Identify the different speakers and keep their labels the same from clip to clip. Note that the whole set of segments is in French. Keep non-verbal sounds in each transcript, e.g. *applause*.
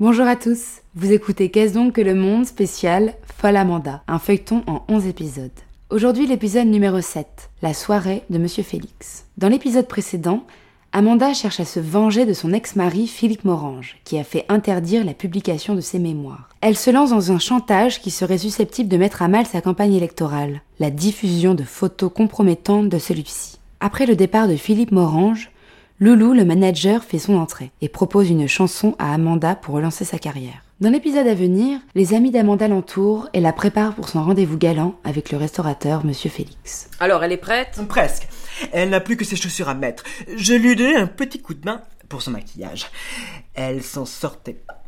Speaker 1: Bonjour à tous, vous écoutez Qu'est-ce donc que le monde spécial Folle Amanda, un feuilleton en 11 épisodes. Aujourd'hui l'épisode numéro 7, la soirée de Monsieur Félix. Dans l'épisode précédent, Amanda cherche à se venger de son ex-mari Philippe Morange, qui a fait interdire la publication de ses mémoires. Elle se lance dans un chantage qui serait susceptible de mettre à mal sa campagne électorale, la diffusion de photos compromettantes de celui-ci. Après le départ de Philippe Morange, Loulou, le manager, fait son entrée et propose une chanson à Amanda pour relancer sa carrière. Dans l'épisode à venir, les amis d'Amanda l'entourent et la préparent pour son rendez-vous galant avec le restaurateur Monsieur Félix.
Speaker 2: Alors, elle est prête
Speaker 3: Presque. Elle n'a plus que ses chaussures à mettre. Je lui ai donné un petit coup de main pour son maquillage. Elle s'en sortait pas.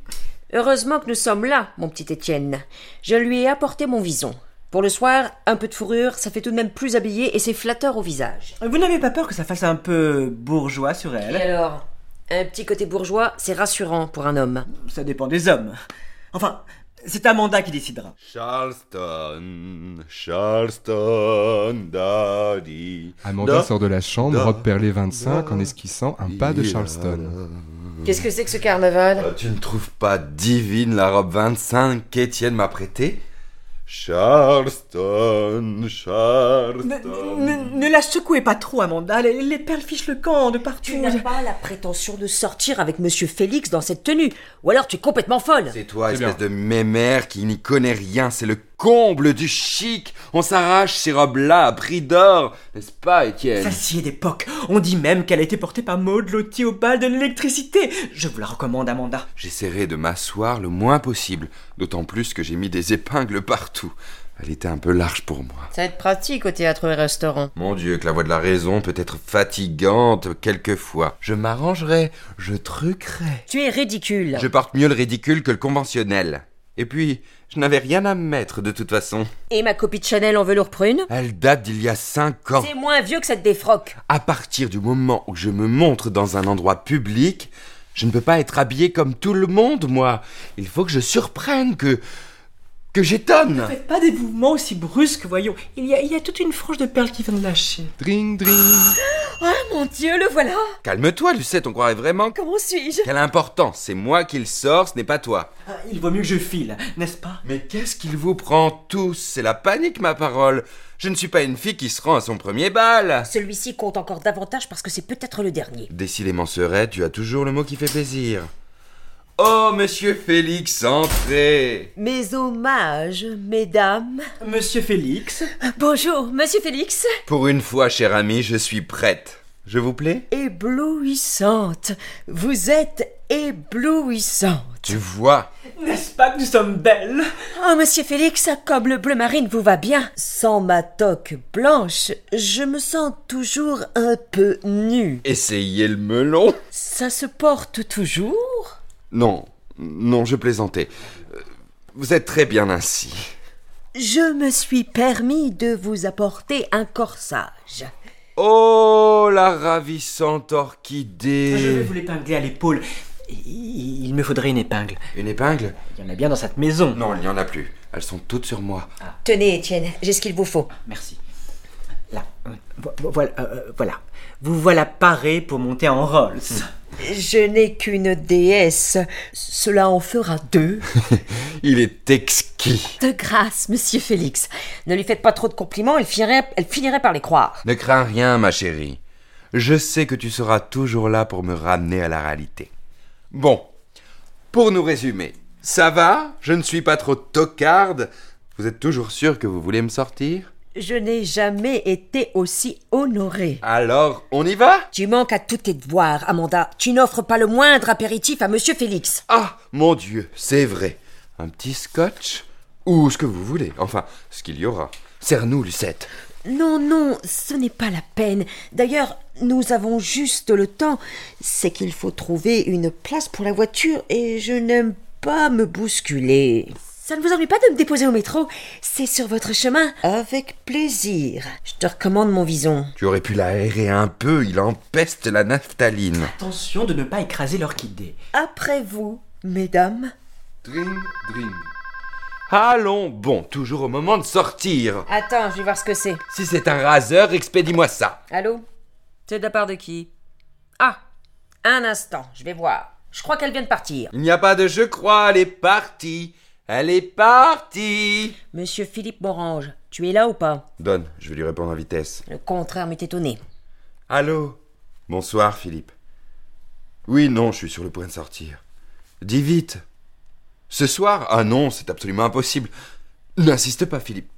Speaker 2: Heureusement que nous sommes là, mon petit Étienne. Je lui ai apporté mon vison. Pour le soir, un peu de fourrure, ça fait tout de même plus habillé et c'est flatteur au visage.
Speaker 3: Vous n'avez pas peur que ça fasse un peu bourgeois sur
Speaker 2: Et
Speaker 3: elle
Speaker 2: alors Un petit côté bourgeois, c'est rassurant pour un homme.
Speaker 3: Ça dépend des hommes. Enfin, c'est Amanda qui décidera.
Speaker 4: Charleston, Charleston, Daddy.
Speaker 5: Amanda
Speaker 4: Da-
Speaker 5: sort de la chambre,
Speaker 4: da-
Speaker 5: robe perlée 25, en
Speaker 4: da-
Speaker 5: esquissant un pas de Charleston.
Speaker 2: Mmh. Qu'est-ce que c'est que ce carnaval
Speaker 4: Euh, tu ne trouves pas divine la robe 25 qu'Étienne m'a prêtée Charleston,
Speaker 3: Ne,
Speaker 4: Charleston.
Speaker 3: ne- ne la secouez pas trop, Amanda. Les, les perles fichent le camp de
Speaker 2: Tu
Speaker 3: partout.
Speaker 2: n'as pas la prétention de sortir avec Monsieur Félix dans cette tenue. Ou alors tu es complètement folle.
Speaker 4: C'est toi,
Speaker 5: C'est
Speaker 4: espèce de mémère qui n'y connaît rien, c'est le comble du chic. On s'arrache ces robes-là à prix d'or, n'est-ce pas, Étienne
Speaker 3: Ça s'y est d'époque. On dit même qu'elle a été portée par Maud Lottie au bal de l'électricité. Je vous la recommande, Amanda.
Speaker 4: J'essaierai de m'asseoir le moins possible, d'autant plus que j'ai mis des épingles partout. Elle était un peu large pour moi.
Speaker 2: Ça va être pratique au théâtre et restaurant.
Speaker 4: Mon Dieu, que la voix de la raison peut être fatigante quelquefois. Je m'arrangerai, je truquerai.
Speaker 2: Tu es ridicule.
Speaker 4: Je porte mieux le ridicule que le conventionnel. Et puis, je n'avais rien à me mettre de toute façon.
Speaker 2: Et ma copie de Chanel en velours prune
Speaker 4: Elle date d'il y a cinq ans.
Speaker 2: C'est moins vieux que cette défroque.
Speaker 4: À partir du moment où je me montre dans un endroit public, je ne peux pas être habillé comme tout le monde, moi. Il faut que je surprenne, que. que j'étonne.
Speaker 3: Faites pas des mouvements aussi brusques, voyons. Il y a, il y a toute une frange de perles qui vient de lâcher.
Speaker 5: Dring, dring
Speaker 2: Ah, Mon Dieu, le voilà
Speaker 4: Calme-toi, Lucette, on croirait vraiment que.
Speaker 2: Comment suis-je
Speaker 4: Quelle importance, c'est moi qui le sors, ce n'est pas toi.
Speaker 3: Ah, il vaut mieux que je file, n'est-ce pas
Speaker 4: Mais qu'est-ce qu'il vous prend tous C'est la panique, ma parole. Je ne suis pas une fille qui se rend à son premier bal.
Speaker 2: Celui-ci compte encore davantage parce que c'est peut-être le dernier.
Speaker 4: Décidément, Serret, tu as toujours le mot qui fait plaisir. Oh, monsieur Félix, entrez
Speaker 2: Mes hommages, mesdames.
Speaker 3: Monsieur Félix
Speaker 2: *laughs* Bonjour, monsieur Félix.
Speaker 4: Pour une fois, cher ami, je suis prête. Je vous plais
Speaker 2: Éblouissante. Vous êtes éblouissante.
Speaker 4: Tu vois
Speaker 3: *laughs* N'est-ce pas que nous sommes belles
Speaker 2: Oh, monsieur Félix, comme le bleu marine vous va bien. Sans ma toque blanche, je me sens toujours un peu nue.
Speaker 4: Essayez le melon
Speaker 2: Ça se porte toujours
Speaker 4: Non, non, je plaisantais. Euh, Vous êtes très bien ainsi.
Speaker 2: Je me suis permis de vous apporter un corsage.
Speaker 4: Oh, la ravissante orchidée
Speaker 3: Ah, Je vais vous l'épingler à l'épaule. Il il me faudrait une épingle.
Speaker 4: Une épingle
Speaker 3: Il y en a bien dans cette maison.
Speaker 4: Non, il n'y en a plus. Elles sont toutes sur moi.
Speaker 3: Ah.
Speaker 2: Tenez, Étienne, j'ai ce qu'il vous faut.
Speaker 3: Merci. Là. Vo- vo- Voilà. euh, voilà. Vous voilà paré pour monter en Rolls.
Speaker 2: Je n'ai qu'une déesse. Cela en fera deux.
Speaker 4: Il est exquis.
Speaker 2: De grâce, monsieur Félix. Ne lui faites pas trop de compliments, elle finirait, elle finirait par les croire.
Speaker 4: Ne crains rien, ma chérie. Je sais que tu seras toujours là pour me ramener à la réalité. Bon, pour nous résumer, ça va Je ne suis pas trop tocarde Vous êtes toujours sûr que vous voulez me sortir
Speaker 2: Je n'ai jamais été aussi honorée.
Speaker 4: Alors, on y va
Speaker 2: Tu manques à tous tes devoirs, Amanda. Tu n'offres pas le moindre apéritif à monsieur Félix.
Speaker 4: Ah, mon Dieu, c'est vrai. Un petit scotch Ou ce que vous voulez. Enfin, ce qu'il y aura. Serre-nous, Lucette.
Speaker 2: Non, non, ce n'est pas la peine. D'ailleurs, nous avons juste le temps. C'est qu'il faut trouver une place pour la voiture et je n'aime pas me bousculer. Ça ne vous ennuie pas de me déposer au métro C'est sur votre chemin Avec plaisir. Je te recommande mon vison.
Speaker 4: Tu aurais pu l'aérer un peu, il empeste la naphtaline.
Speaker 3: Attention de ne pas écraser l'orchidée.
Speaker 2: Après vous, mesdames.
Speaker 4: Dring, dring. Allons, bon, toujours au moment de sortir.
Speaker 2: Attends, je vais voir ce que c'est.
Speaker 4: Si c'est un raseur, expédie-moi ça.
Speaker 2: Allô C'est de la part de qui Ah Un instant, je vais voir. Je crois qu'elle vient de partir.
Speaker 4: Il n'y a pas de je crois, elle est partie. Elle est partie.
Speaker 2: Monsieur Philippe Morange, tu es là ou pas
Speaker 4: Donne, je vais lui répondre en vitesse.
Speaker 2: Le contraire m'est étonné.
Speaker 4: Allô Bonsoir, Philippe. Oui, non, je suis sur le point de sortir. Dis vite. Ce soir Ah non, c'est absolument impossible. N'insiste pas, Philippe.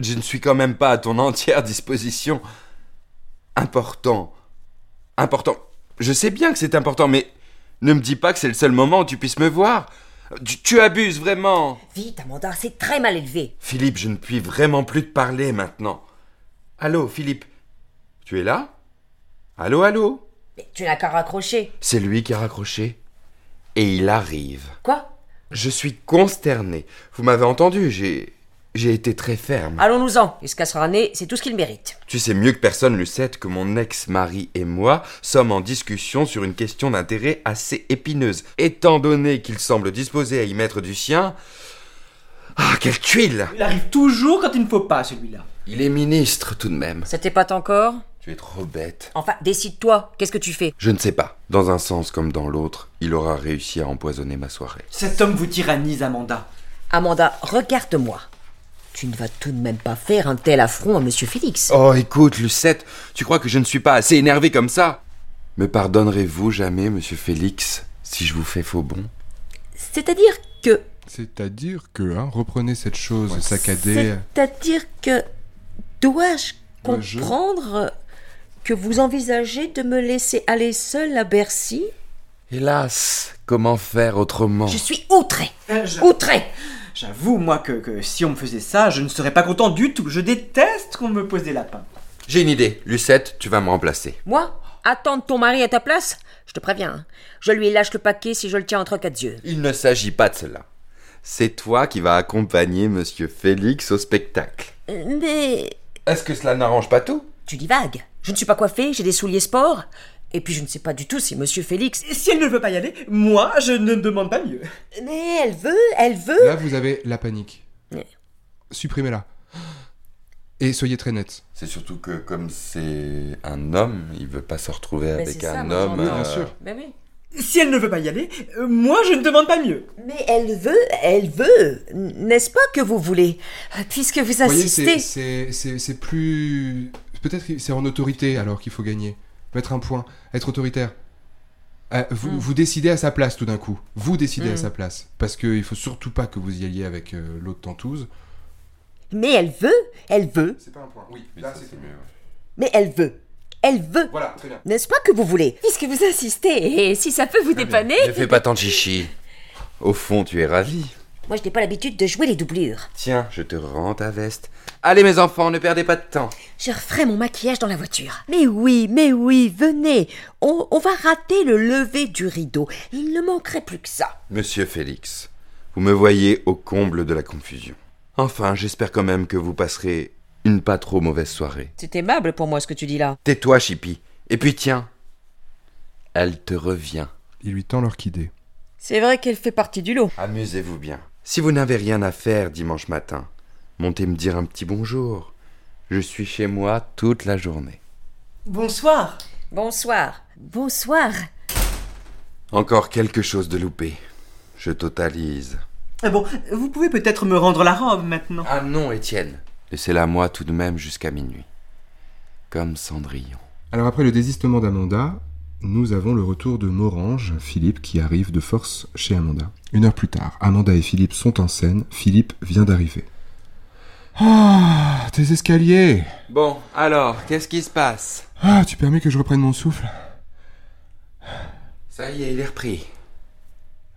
Speaker 4: Je ne suis quand même pas à ton entière disposition. Important. Important. Je sais bien que c'est important, mais ne me dis pas que c'est le seul moment où tu puisses me voir. Tu, tu abuses vraiment.
Speaker 2: Vite, Amanda, c'est très mal élevé.
Speaker 4: Philippe, je ne puis vraiment plus te parler maintenant. Allô, Philippe. Tu es là Allô, allô
Speaker 2: Mais tu n'as qu'à raccrocher.
Speaker 4: c'est lui qui a raccroché. Et il arrive.
Speaker 2: Quoi
Speaker 4: Je suis consterné. Vous m'avez entendu, j'ai. J'ai été très ferme.
Speaker 2: Allons-nous-en. Il se cassera un nez, c'est tout ce qu'il mérite.
Speaker 4: Tu sais mieux que personne, Lucette, que mon ex-mari et moi sommes en discussion sur une question d'intérêt assez épineuse. Étant donné qu'il semble disposé à y mettre du sien. Ah, quelle tuile
Speaker 3: Il arrive toujours quand il ne faut pas, celui-là.
Speaker 4: Il est ministre tout de même.
Speaker 2: Ça t'épate encore
Speaker 4: Tu es trop bête.
Speaker 2: Enfin, décide-toi. Qu'est-ce que tu fais
Speaker 4: Je ne sais pas. Dans un sens comme dans l'autre, il aura réussi à empoisonner ma soirée.
Speaker 3: Cet homme vous tyrannise, Amanda.
Speaker 2: Amanda, regarde-moi. Tu ne vas tout de même pas faire un tel affront à Monsieur Félix.
Speaker 4: Oh, écoute, Lucette, tu crois que je ne suis pas assez énervé comme ça Me pardonnerez-vous jamais, monsieur Félix, si je vous fais faux bon
Speaker 2: C'est-à-dire que.
Speaker 5: C'est-à-dire que, hein, reprenez cette chose saccadée.
Speaker 2: C'est-à-dire que. Dois-je
Speaker 5: Ouais, je-
Speaker 2: comprendre que vous envisagez de me laisser aller seule à Bercy
Speaker 4: Hélas, comment faire autrement
Speaker 2: Je suis outré.
Speaker 3: Euh, je-
Speaker 2: Outré.
Speaker 3: J'avoue, moi, que, que si on me faisait ça, je ne serais pas content du tout. Je déteste qu'on me pose des lapins.
Speaker 4: J'ai une idée, Lucette, tu vas me remplacer.
Speaker 2: Moi Attendre ton mari à ta place Je te préviens. hein. Je lui lâche le paquet si je le tiens entre quatre yeux.
Speaker 4: Il ne s'agit pas de cela. C'est toi qui vas accompagner monsieur Félix au spectacle.
Speaker 2: Euh, Mais.
Speaker 4: Est-ce que cela n'arrange pas tout
Speaker 2: Tu divagues. Je ne suis pas coiffée, j'ai des souliers sport. Et puis je ne sais pas du tout si Monsieur Félix.
Speaker 3: Et si elle ne veut pas y aller, moi, je ne demande pas mieux.
Speaker 2: Mais elle veut, elle veut.
Speaker 5: Là, vous avez la panique.
Speaker 2: Ouais.
Speaker 5: Supprimez-la. Et soyez très net.
Speaker 4: C'est surtout que comme c'est un homme, il veut pas se retrouver
Speaker 2: Mais
Speaker 4: avec
Speaker 2: Bah, c'est ça,
Speaker 4: un
Speaker 2: moi,
Speaker 4: homme. euh,
Speaker 2: j'en ai
Speaker 5: Bien sûr.
Speaker 2: Mais oui.
Speaker 3: Si elle ne veut pas y aller, euh, moi, je ne demande pas mieux.
Speaker 2: Mais elle veut, elle veut. N'est-ce pas que vous voulez Puisque vous
Speaker 5: Vous voyez, c'est-
Speaker 2: insistez.
Speaker 5: c'est c'est- c'est plus. Peut-être que c'est en autorité alors qu'il faut gagner. Mettre un point, être autoritaire. Euh, vous, vous décidez à sa place tout d'un coup. Vous décidez à sa place. Parce qu'il faut surtout pas que vous y alliez avec euh, l'autre tentouse.
Speaker 2: Mais elle veut, elle veut,
Speaker 5: C'est pas un point. Oui, là c'est mieux.
Speaker 2: mais elle veut. Elle veut.
Speaker 5: Voilà, très bien.
Speaker 2: N'est-ce pas que vous voulez
Speaker 6: Puisque vous insistez, et si ça peut vous
Speaker 5: Ah,
Speaker 6: dépanner,
Speaker 4: Ne fais pas tant de chichi. Au fond, tu es ravi.
Speaker 2: Moi, je n'ai pas l'habitude de jouer les doublures.
Speaker 4: Tiens, je te rends ta veste. Allez mes enfants, ne perdez pas de temps.
Speaker 2: Je referai mon maquillage dans la voiture. Mais oui, mais oui, venez. On, on va rater le lever du rideau. Il ne manquerait plus que ça.
Speaker 4: Monsieur Félix, vous me voyez au comble de la confusion. Enfin, j'espère quand même que vous passerez une pas trop mauvaise soirée.
Speaker 2: C'est aimable pour moi ce que tu dis là.
Speaker 4: Tais-toi, Chippy. Et puis tiens, elle te revient.
Speaker 5: Il lui tend l'orchidée.
Speaker 2: C'est vrai qu'elle fait partie du lot.
Speaker 4: Amusez-vous bien. Si vous n'avez rien à faire dimanche matin, montez me dire un petit bonjour. Je suis chez moi toute la journée.
Speaker 3: Bonsoir.
Speaker 2: Bonsoir.
Speaker 6: bonsoir.
Speaker 4: Encore quelque chose de loupé. Je totalise.
Speaker 3: Ah Bon, vous pouvez peut-être me rendre la robe maintenant.
Speaker 4: Ah non, Étienne. Laissez-la moi tout de même jusqu'à minuit. Comme Cendrillon.
Speaker 5: Alors après le désistement d'Amanda, nous avons le retour de Morange, Philippe qui arrive de force chez Amanda. Une heure plus tard, Amanda et Philippe sont en scène, Philippe vient d'arriver. Ah, tes escaliers
Speaker 4: Bon, alors, qu'est-ce qui se passe
Speaker 5: Ah, tu permets que je reprenne mon souffle
Speaker 4: Ça y est, il est repris.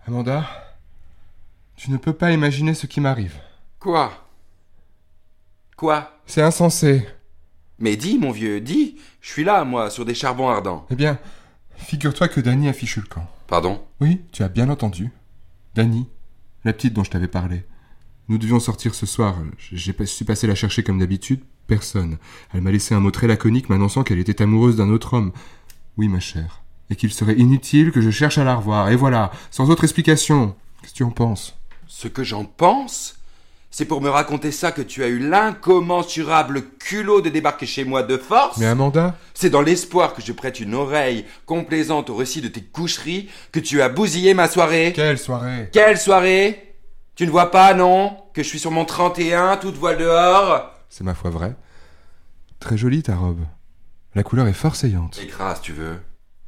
Speaker 5: Amanda, tu ne peux pas imaginer ce qui m'arrive.
Speaker 4: Quoi Quoi
Speaker 5: C'est insensé.
Speaker 4: Mais dis, mon vieux, dis Je suis là, moi, sur des charbons ardents.
Speaker 5: Eh bien, figure-toi que Dany a fichu le camp.
Speaker 4: Pardon
Speaker 5: Oui, tu as bien entendu. Dany, la petite dont je t'avais parlé. Nous devions sortir ce soir. J'ai pas- je suis passé la chercher comme d'habitude. Personne. Elle m'a laissé un mot très laconique m'annonçant qu'elle était amoureuse d'un autre homme. Oui, ma chère. Et qu'il serait inutile que je cherche à la revoir. Et voilà, sans autre explication. Qu'est-ce que tu en penses
Speaker 4: Ce que j'en pense, C'est pour me raconter ça que tu as eu l'incommensurable culot de débarquer chez moi de force
Speaker 5: Mais Amanda
Speaker 4: C'est dans l'espoir que je prête une oreille complaisante au récit de tes coucheries que tu as bousillé ma soirée.
Speaker 5: Quelle soirée
Speaker 4: Quelle soirée Tu ne vois pas, non Que je suis sur mon 31, toute voile dehors
Speaker 5: C'est ma foi vrai. Très jolie ta robe. La couleur est fort saillante.
Speaker 4: Écrase, tu veux.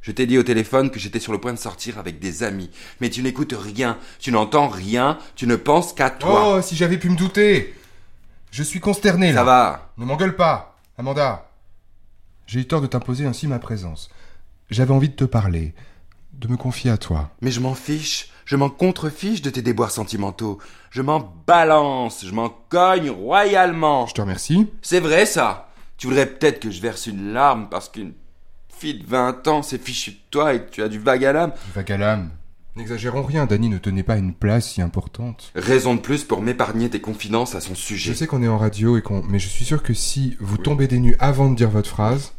Speaker 4: Je t'ai dit au téléphone que j'étais sur le point de sortir avec des amis, mais tu n'écoutes rien, tu n'entends rien, tu ne penses qu'à toi.
Speaker 5: Oh, si j'avais pu me douter Je suis consterné là.
Speaker 4: Ça va
Speaker 5: Ne m'engueule pas, Amanda. J'ai eu tort de t'imposer ainsi ma présence. J'avais envie de te parler, de me confier à toi.
Speaker 4: Mais je m'en fiche, je m'en contrefiche de tes déboires sentimentaux. Je m'en balance, je m'en cogne royalement.
Speaker 5: Je te remercie.
Speaker 4: C'est vrai ça Tu voudrais peut-être que je verse une larme parce qu'une fille de 20 ans s'est fichue de toi et que tu as du vague à l'âme.
Speaker 5: Vague à l'âme. N'exagérons rien, Dany ne tenait pas une place si importante.
Speaker 4: Raison de plus pour m'épargner tes confidences à son
Speaker 5: Je
Speaker 4: sujet.
Speaker 5: sais qu'on est en radio et qu'on. Mais je suis sûr que si vous tombez des nues avant de dire votre phrase,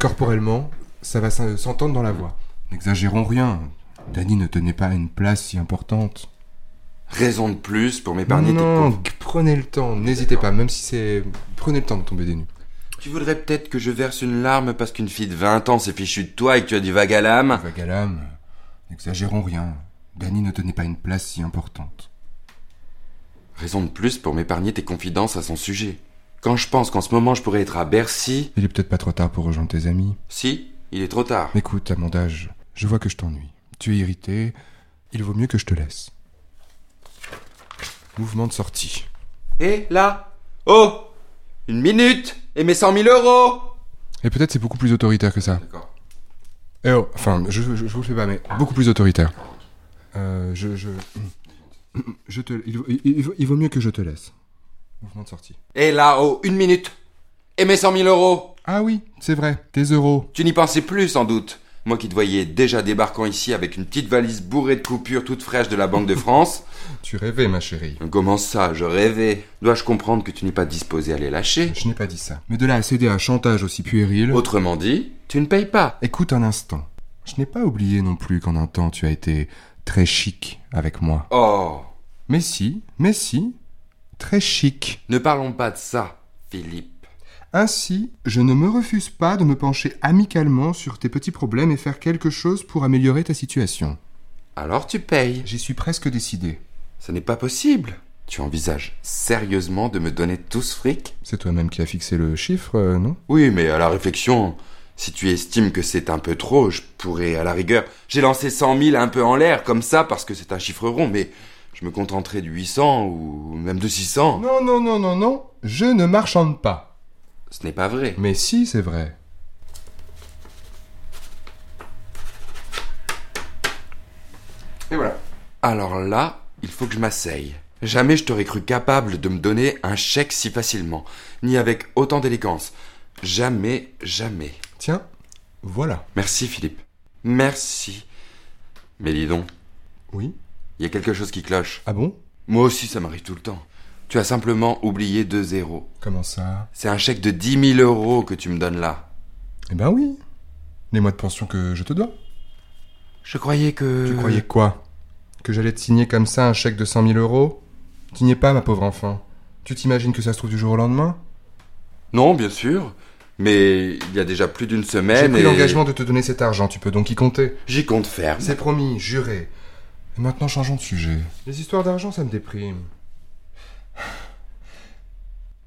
Speaker 5: corporellement, ça va s'en- s'entendre dans la voix. N'exagérons rien. Dany ne tenait pas une place si importante.
Speaker 4: Raison de plus pour
Speaker 5: Non,
Speaker 4: m'épargner tes
Speaker 5: non,
Speaker 4: confidences.
Speaker 5: prenez le temps, n'hésitez pas, même si c'est. Prenez le temps de tomber des nues.
Speaker 4: Tu voudrais peut-être que je verse une larme parce qu'une fille de 20 ans s'est fichue de toi et que tu as du vague à l'âme
Speaker 5: Vague à l'âme, n'exagérons rien. Dany ne tenait pas une place si importante.
Speaker 4: Raison de plus pour m'épargner tes confidences à son sujet. Quand je pense qu'en ce moment je pourrais être à Bercy...
Speaker 5: Il est peut-être pas trop tard pour rejoindre tes amis.
Speaker 4: Si, il est trop tard.
Speaker 5: Écoute, Amanda, je, je vois que je t'ennuie. Tu es irrité. Il vaut mieux que je te laisse. Mouvement de sortie.
Speaker 4: Et là Oh Une minute Et mes 100 000 euros
Speaker 5: Et peut-être c'est beaucoup plus autoritaire que ça.
Speaker 4: D'accord.
Speaker 5: Eh oh, enfin, je, je, je vous le fais pas, mais beaucoup plus autoritaire. Euh, je, je, *clears throat* je te, il, vaut- il- il vaut- il vaut mieux que je te laisse. Mouvement de sortie.
Speaker 4: Et là, oh, une minute Et mes 100 000 euros
Speaker 5: Ah oui, c'est vrai, tes euros.
Speaker 4: Tu n'y pensais plus sans doute moi qui te voyais déjà débarquant ici avec une petite valise bourrée de coupures toutes fraîches de la Banque de France,
Speaker 5: Tu rêvais, ma chérie.
Speaker 4: Comment ça, je rêvais Dois-je comprendre que tu n'es pas disposé à les lâcher
Speaker 5: Je n'ai pas dit ça. Mais de là à céder à un chantage aussi puéril.
Speaker 4: Autrement dit, tu ne payes pas.
Speaker 5: Écoute un instant. Je n'ai pas oublié non plus qu'en un temps tu as été très chic avec moi.
Speaker 4: Oh
Speaker 5: Mais si, mais si, très chic.
Speaker 4: Ne parlons pas de ça, Philippe.
Speaker 5: Ainsi, je ne me refuse pas de me pencher amicalement sur tes petits problèmes et faire quelque chose pour améliorer ta situation.
Speaker 4: Alors tu payes.
Speaker 5: J'y suis presque décidé.
Speaker 4: Ce n'est pas possible. Tu envisages sérieusement de me donner tout ce fric
Speaker 5: C'est toi-même qui as fixé le chiffre, euh, non
Speaker 4: Oui, mais à la réflexion, si tu estimes que c'est un peu trop, je pourrais, à la rigueur, j'ai lancé 100 000 un peu en l'air, comme ça, parce que c'est un chiffre rond, mais je me contenterai de 800 ou même de 600.
Speaker 5: Non, non, non, non, non. Je ne marchande pas.
Speaker 4: Ce n'est pas vrai.
Speaker 5: Mais si, c'est vrai.
Speaker 4: Et voilà. Alors là, il faut que je m'asseye. Jamais je t'aurais cru capable de me donner un chèque si facilement, ni avec autant d'élégance. Jamais, jamais.
Speaker 5: Tiens, voilà.
Speaker 4: Merci Philippe. Merci. Mais dis donc,
Speaker 5: Oui.
Speaker 4: il y a quelque chose qui cloche.
Speaker 5: Ah bon
Speaker 4: Moi aussi, ça m'arrive tout le temps. Tu as simplement oublié deux zéros.
Speaker 5: Comment ça
Speaker 4: C'est un chèque de 10 000 euros que tu me donnes là.
Speaker 5: Eh ben oui. Les mois de pension que je te dois.
Speaker 4: Je croyais que...
Speaker 5: Tu croyais quoi Que j'allais te signer comme ça un chèque de 100 000 euros Tu n'y es pas, ma pauvre enfant. Tu t'imagines que ça se trouve du jour au lendemain
Speaker 4: Non, bien sûr. Mais il y a déjà plus d'une
Speaker 5: J'ai
Speaker 4: semaine
Speaker 5: pris
Speaker 4: et-
Speaker 5: l'engagement de te donner cet argent, tu peux donc y compter.
Speaker 4: J'y compte ferme.
Speaker 5: C'est promis, juré. Et maintenant, changeons de sujet. Les histoires d'argent, ça me déprime.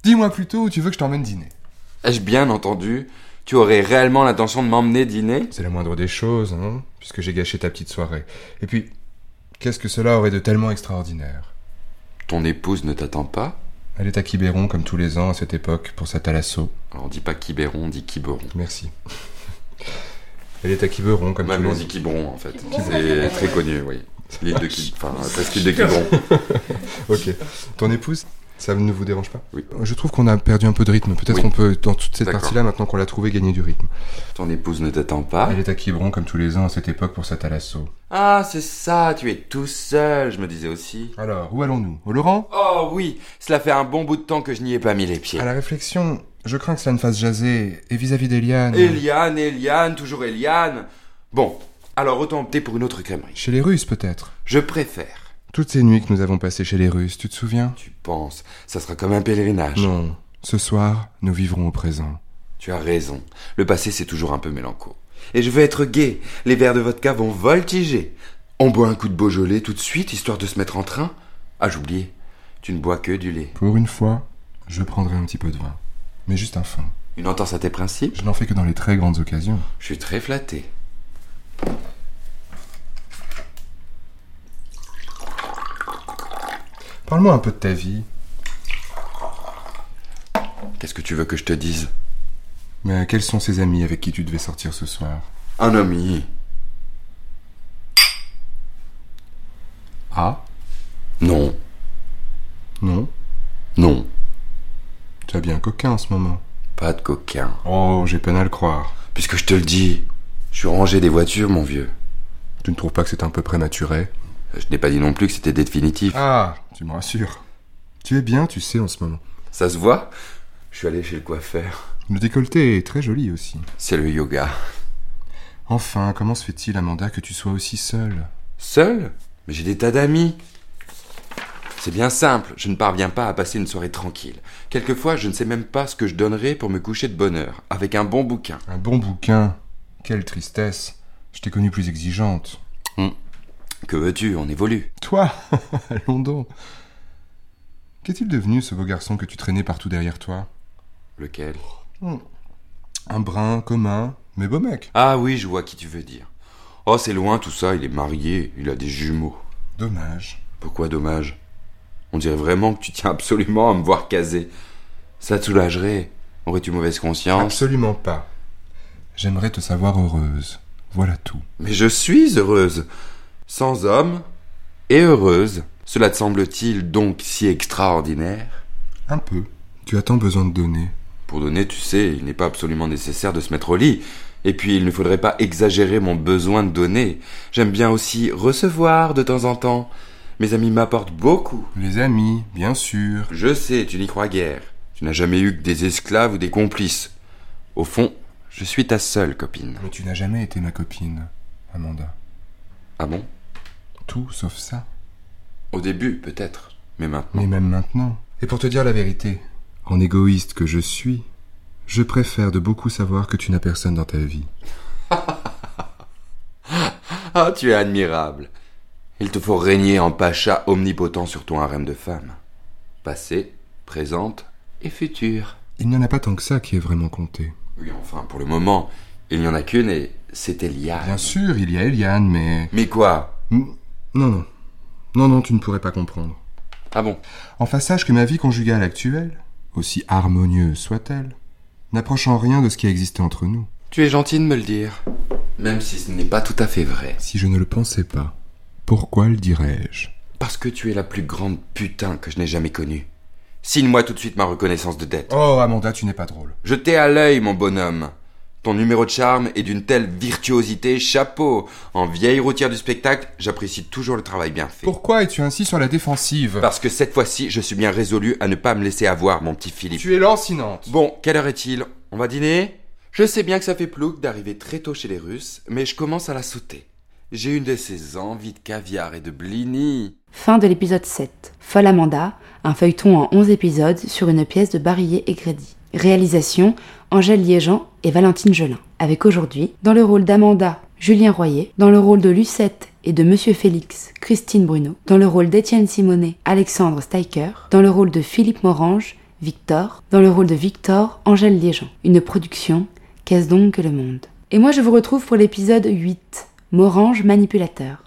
Speaker 5: Dis-moi plutôt où tu veux que je t'emmène dîner.
Speaker 4: Ai-je bien entendu Tu aurais réellement l'intention de m'emmener dîner
Speaker 5: C'est la moindre des choses, hein, puisque j'ai gâché ta petite soirée. Et puis, qu'est-ce que cela aurait de tellement extraordinaire
Speaker 4: Ton épouse ne t'attend pas
Speaker 5: Elle est à Quiberon comme tous les ans à cette époque pour sa thalasso.
Speaker 4: Alors dis pas Quiberon, dis Quiberon.
Speaker 5: Merci. Elle est à Quiberon comme
Speaker 4: Maman
Speaker 5: tous les
Speaker 4: dit Quiberon en fait. C'est très connu, oui. L'île de Qui... Enfin, presque l'île de Quiberon.
Speaker 5: Ok. Ton épouse, ça ne vous dérange pas
Speaker 4: Oui.
Speaker 5: Je trouve qu'on a perdu un peu de rythme. Peut-être
Speaker 4: Oui.
Speaker 5: qu'on peut, dans toute cette
Speaker 4: D'accord.
Speaker 5: partie-là, maintenant qu'on l'a trouvée, gagner du rythme.
Speaker 4: Ton épouse ne t'attend pas
Speaker 5: Ah. Elle est à Quiberon comme tous les ans à cette époque pour sa thalasso.
Speaker 4: Ah, c'est ça, tu es tout seul, je me disais aussi.
Speaker 5: Alors, où allons-nous Au Laurent
Speaker 4: Oh oui, cela fait un bon bout de temps que je n'y ai pas mis les pieds.
Speaker 5: À la réflexion, je crains que cela ne fasse jaser. Et vis-à-vis d'Eliane.
Speaker 4: Eliane, Eliane, toujours Eliane. Bon, alors autant opter pour une autre crèmerie.
Speaker 5: Chez les Russes, peut-être
Speaker 4: Je préfère.
Speaker 5: Toutes ces nuits que nous avons passées chez les Russes, tu te souviens
Speaker 4: Tu penses, ça sera comme un pèlerinage.
Speaker 5: Non. Ce soir, nous vivrons au présent.
Speaker 4: Tu as raison. Le passé, c'est toujours un peu mélanco. Et je veux être gai. Les verres de vodka vont voltiger. On boit un coup de Beaujolais tout de suite, histoire de se mettre en train. Ah, j'oubliais. Tu ne bois que du lait.
Speaker 5: Pour une fois, je prendrai un petit peu de vin. Mais juste un fin.
Speaker 4: Une entorse à tes principes
Speaker 5: Je n'en fais que dans les très grandes occasions.
Speaker 4: Je suis très flatté.
Speaker 5: Parle-moi un peu de ta vie.
Speaker 4: Qu'est-ce que tu veux que je te dise
Speaker 5: Mais quels sont ces amis avec qui tu devais sortir ce soir
Speaker 4: Un ami.
Speaker 5: Ah
Speaker 4: Non.
Speaker 5: Non
Speaker 4: Non.
Speaker 5: Tu as bien coquin en ce moment.
Speaker 4: Pas de coquin.
Speaker 5: Oh, j'ai peine à le croire.
Speaker 4: Puisque je te le dis, je suis rangé des voitures, mon vieux.
Speaker 5: Tu ne trouves pas que c'est un peu prématuré
Speaker 4: Je n'ai pas dit non plus que c'était définitif.
Speaker 5: Ah, tu me rassures. Tu es bien, tu sais, en ce moment.
Speaker 4: Ça se voit Je suis allé chez le coiffeur.
Speaker 5: Le décolleté est très joli aussi.
Speaker 4: C'est le yoga.
Speaker 5: Enfin, comment se fait-il, Amanda, que tu sois aussi seule
Speaker 4: Seul Mais j'ai des tas d'amis. C'est bien simple, je ne parviens pas à passer une soirée tranquille. Quelquefois, je ne sais même pas ce que je donnerais pour me coucher de bonne heure, avec un bon bouquin.
Speaker 5: Un bon bouquin. Quelle tristesse. Je t'ai connue plus exigeante.
Speaker 4: Que veux-tu, on évolue.
Speaker 5: Toi *laughs* Allons donc. Qu'est-il devenu ce beau garçon que tu traînais partout derrière toi
Speaker 4: Lequel
Speaker 5: Un brun commun, mais beau mec.
Speaker 4: Ah oui, je vois qui tu veux dire. Oh, c'est loin tout ça, il est marié, il a des jumeaux.
Speaker 5: Dommage.
Speaker 4: Pourquoi dommage On dirait vraiment que tu tiens absolument à me voir caser. Ça te soulagerait. Aurais-tu mauvaise conscience
Speaker 5: Absolument pas. J'aimerais te savoir heureuse. Voilà tout.
Speaker 4: Mais je suis heureuse. Sans homme et heureuse. Cela te semble-t-il donc si extraordinaire
Speaker 5: Un peu. Tu as tant besoin de donner.
Speaker 4: Pour donner, tu sais, il n'est pas absolument nécessaire de se mettre au lit. Et puis, il ne faudrait pas exagérer mon besoin de donner. J'aime bien aussi recevoir de temps en temps. Mes amis m'apportent beaucoup.
Speaker 5: Les amis, bien sûr.
Speaker 4: Je sais, tu n'y crois guère. Tu n'as jamais eu que des esclaves ou des complices. Au fond, je suis ta seule copine.
Speaker 5: Mais tu n'as jamais été ma copine, Amanda.
Speaker 4: Ah bon
Speaker 5: Tout sauf ça.
Speaker 4: Au début, peut-être. Mais maintenant.
Speaker 5: Mais même maintenant. Et pour te dire la vérité, en égoïste que je suis, je préfère de beaucoup savoir que tu n'as personne dans ta vie.
Speaker 4: Ah, tu es admirable. Il te faut régner en pacha omnipotent sur ton harem de femmes. Passé, présente et futur.
Speaker 5: Il n'y en a pas tant que ça qui est vraiment compté.
Speaker 4: Oui, enfin, pour le moment, il n'y en a qu'une et c'était Eliane.
Speaker 5: Bien sûr, il y a Eliane, mais...
Speaker 4: Mais quoi
Speaker 5: Non, non. Non, non, tu ne pourrais pas comprendre.
Speaker 4: Ah bon
Speaker 5: Enfin, sache que ma vie conjugale actuelle, aussi harmonieuse soit-elle, n'approche en rien de ce qui a existé entre nous.
Speaker 4: Tu es gentil de me le dire. Même si ce n'est pas tout à fait vrai.
Speaker 5: Si je ne le pensais pas, pourquoi le dirais-je
Speaker 4: Parce que tu es la plus grande putain que je n'ai jamais connue. Signe-moi tout de suite ma reconnaissance de dette.
Speaker 5: Oh, Amanda, tu n'es pas drôle.
Speaker 4: Je t'ai à l'œil, mon bonhomme. Ton numéro de charme est d'une telle virtuosité, chapeau. En vieille routière du spectacle, j'apprécie toujours le travail bien fait.
Speaker 5: Pourquoi es-tu ainsi sur la défensive
Speaker 4: Parce que cette fois-ci, je suis bien résolu à ne pas me laisser avoir, mon petit Philippe.
Speaker 5: Tu es lancinante.
Speaker 4: Bon, quelle heure est-il On va dîner Je sais bien que ça fait plouc d'arriver très tôt chez les Russes, mais je commence à la sauter. J'ai une de ces envies de caviar et de blini.
Speaker 1: Fin de l'épisode 7. Folle Amanda, un feuilleton en 11 épisodes sur une pièce de Barillet et Grédy. Réalisation Angèle Liégeant et Valentine Gelin. Avec aujourd'hui, dans le rôle d'Amanda, Julien Royer, dans le rôle de Lucette et de Monsieur Félix, Christine Bruno, dans le rôle d'Étienne Simonet, Alexandre Steiker, dans le rôle de Philippe Morange, Victor, dans le rôle de Victor, Angèle Liégeant. Une production Qu'est-ce donc que le monde Et moi je vous retrouve pour l'épisode 8, Morange manipulateur.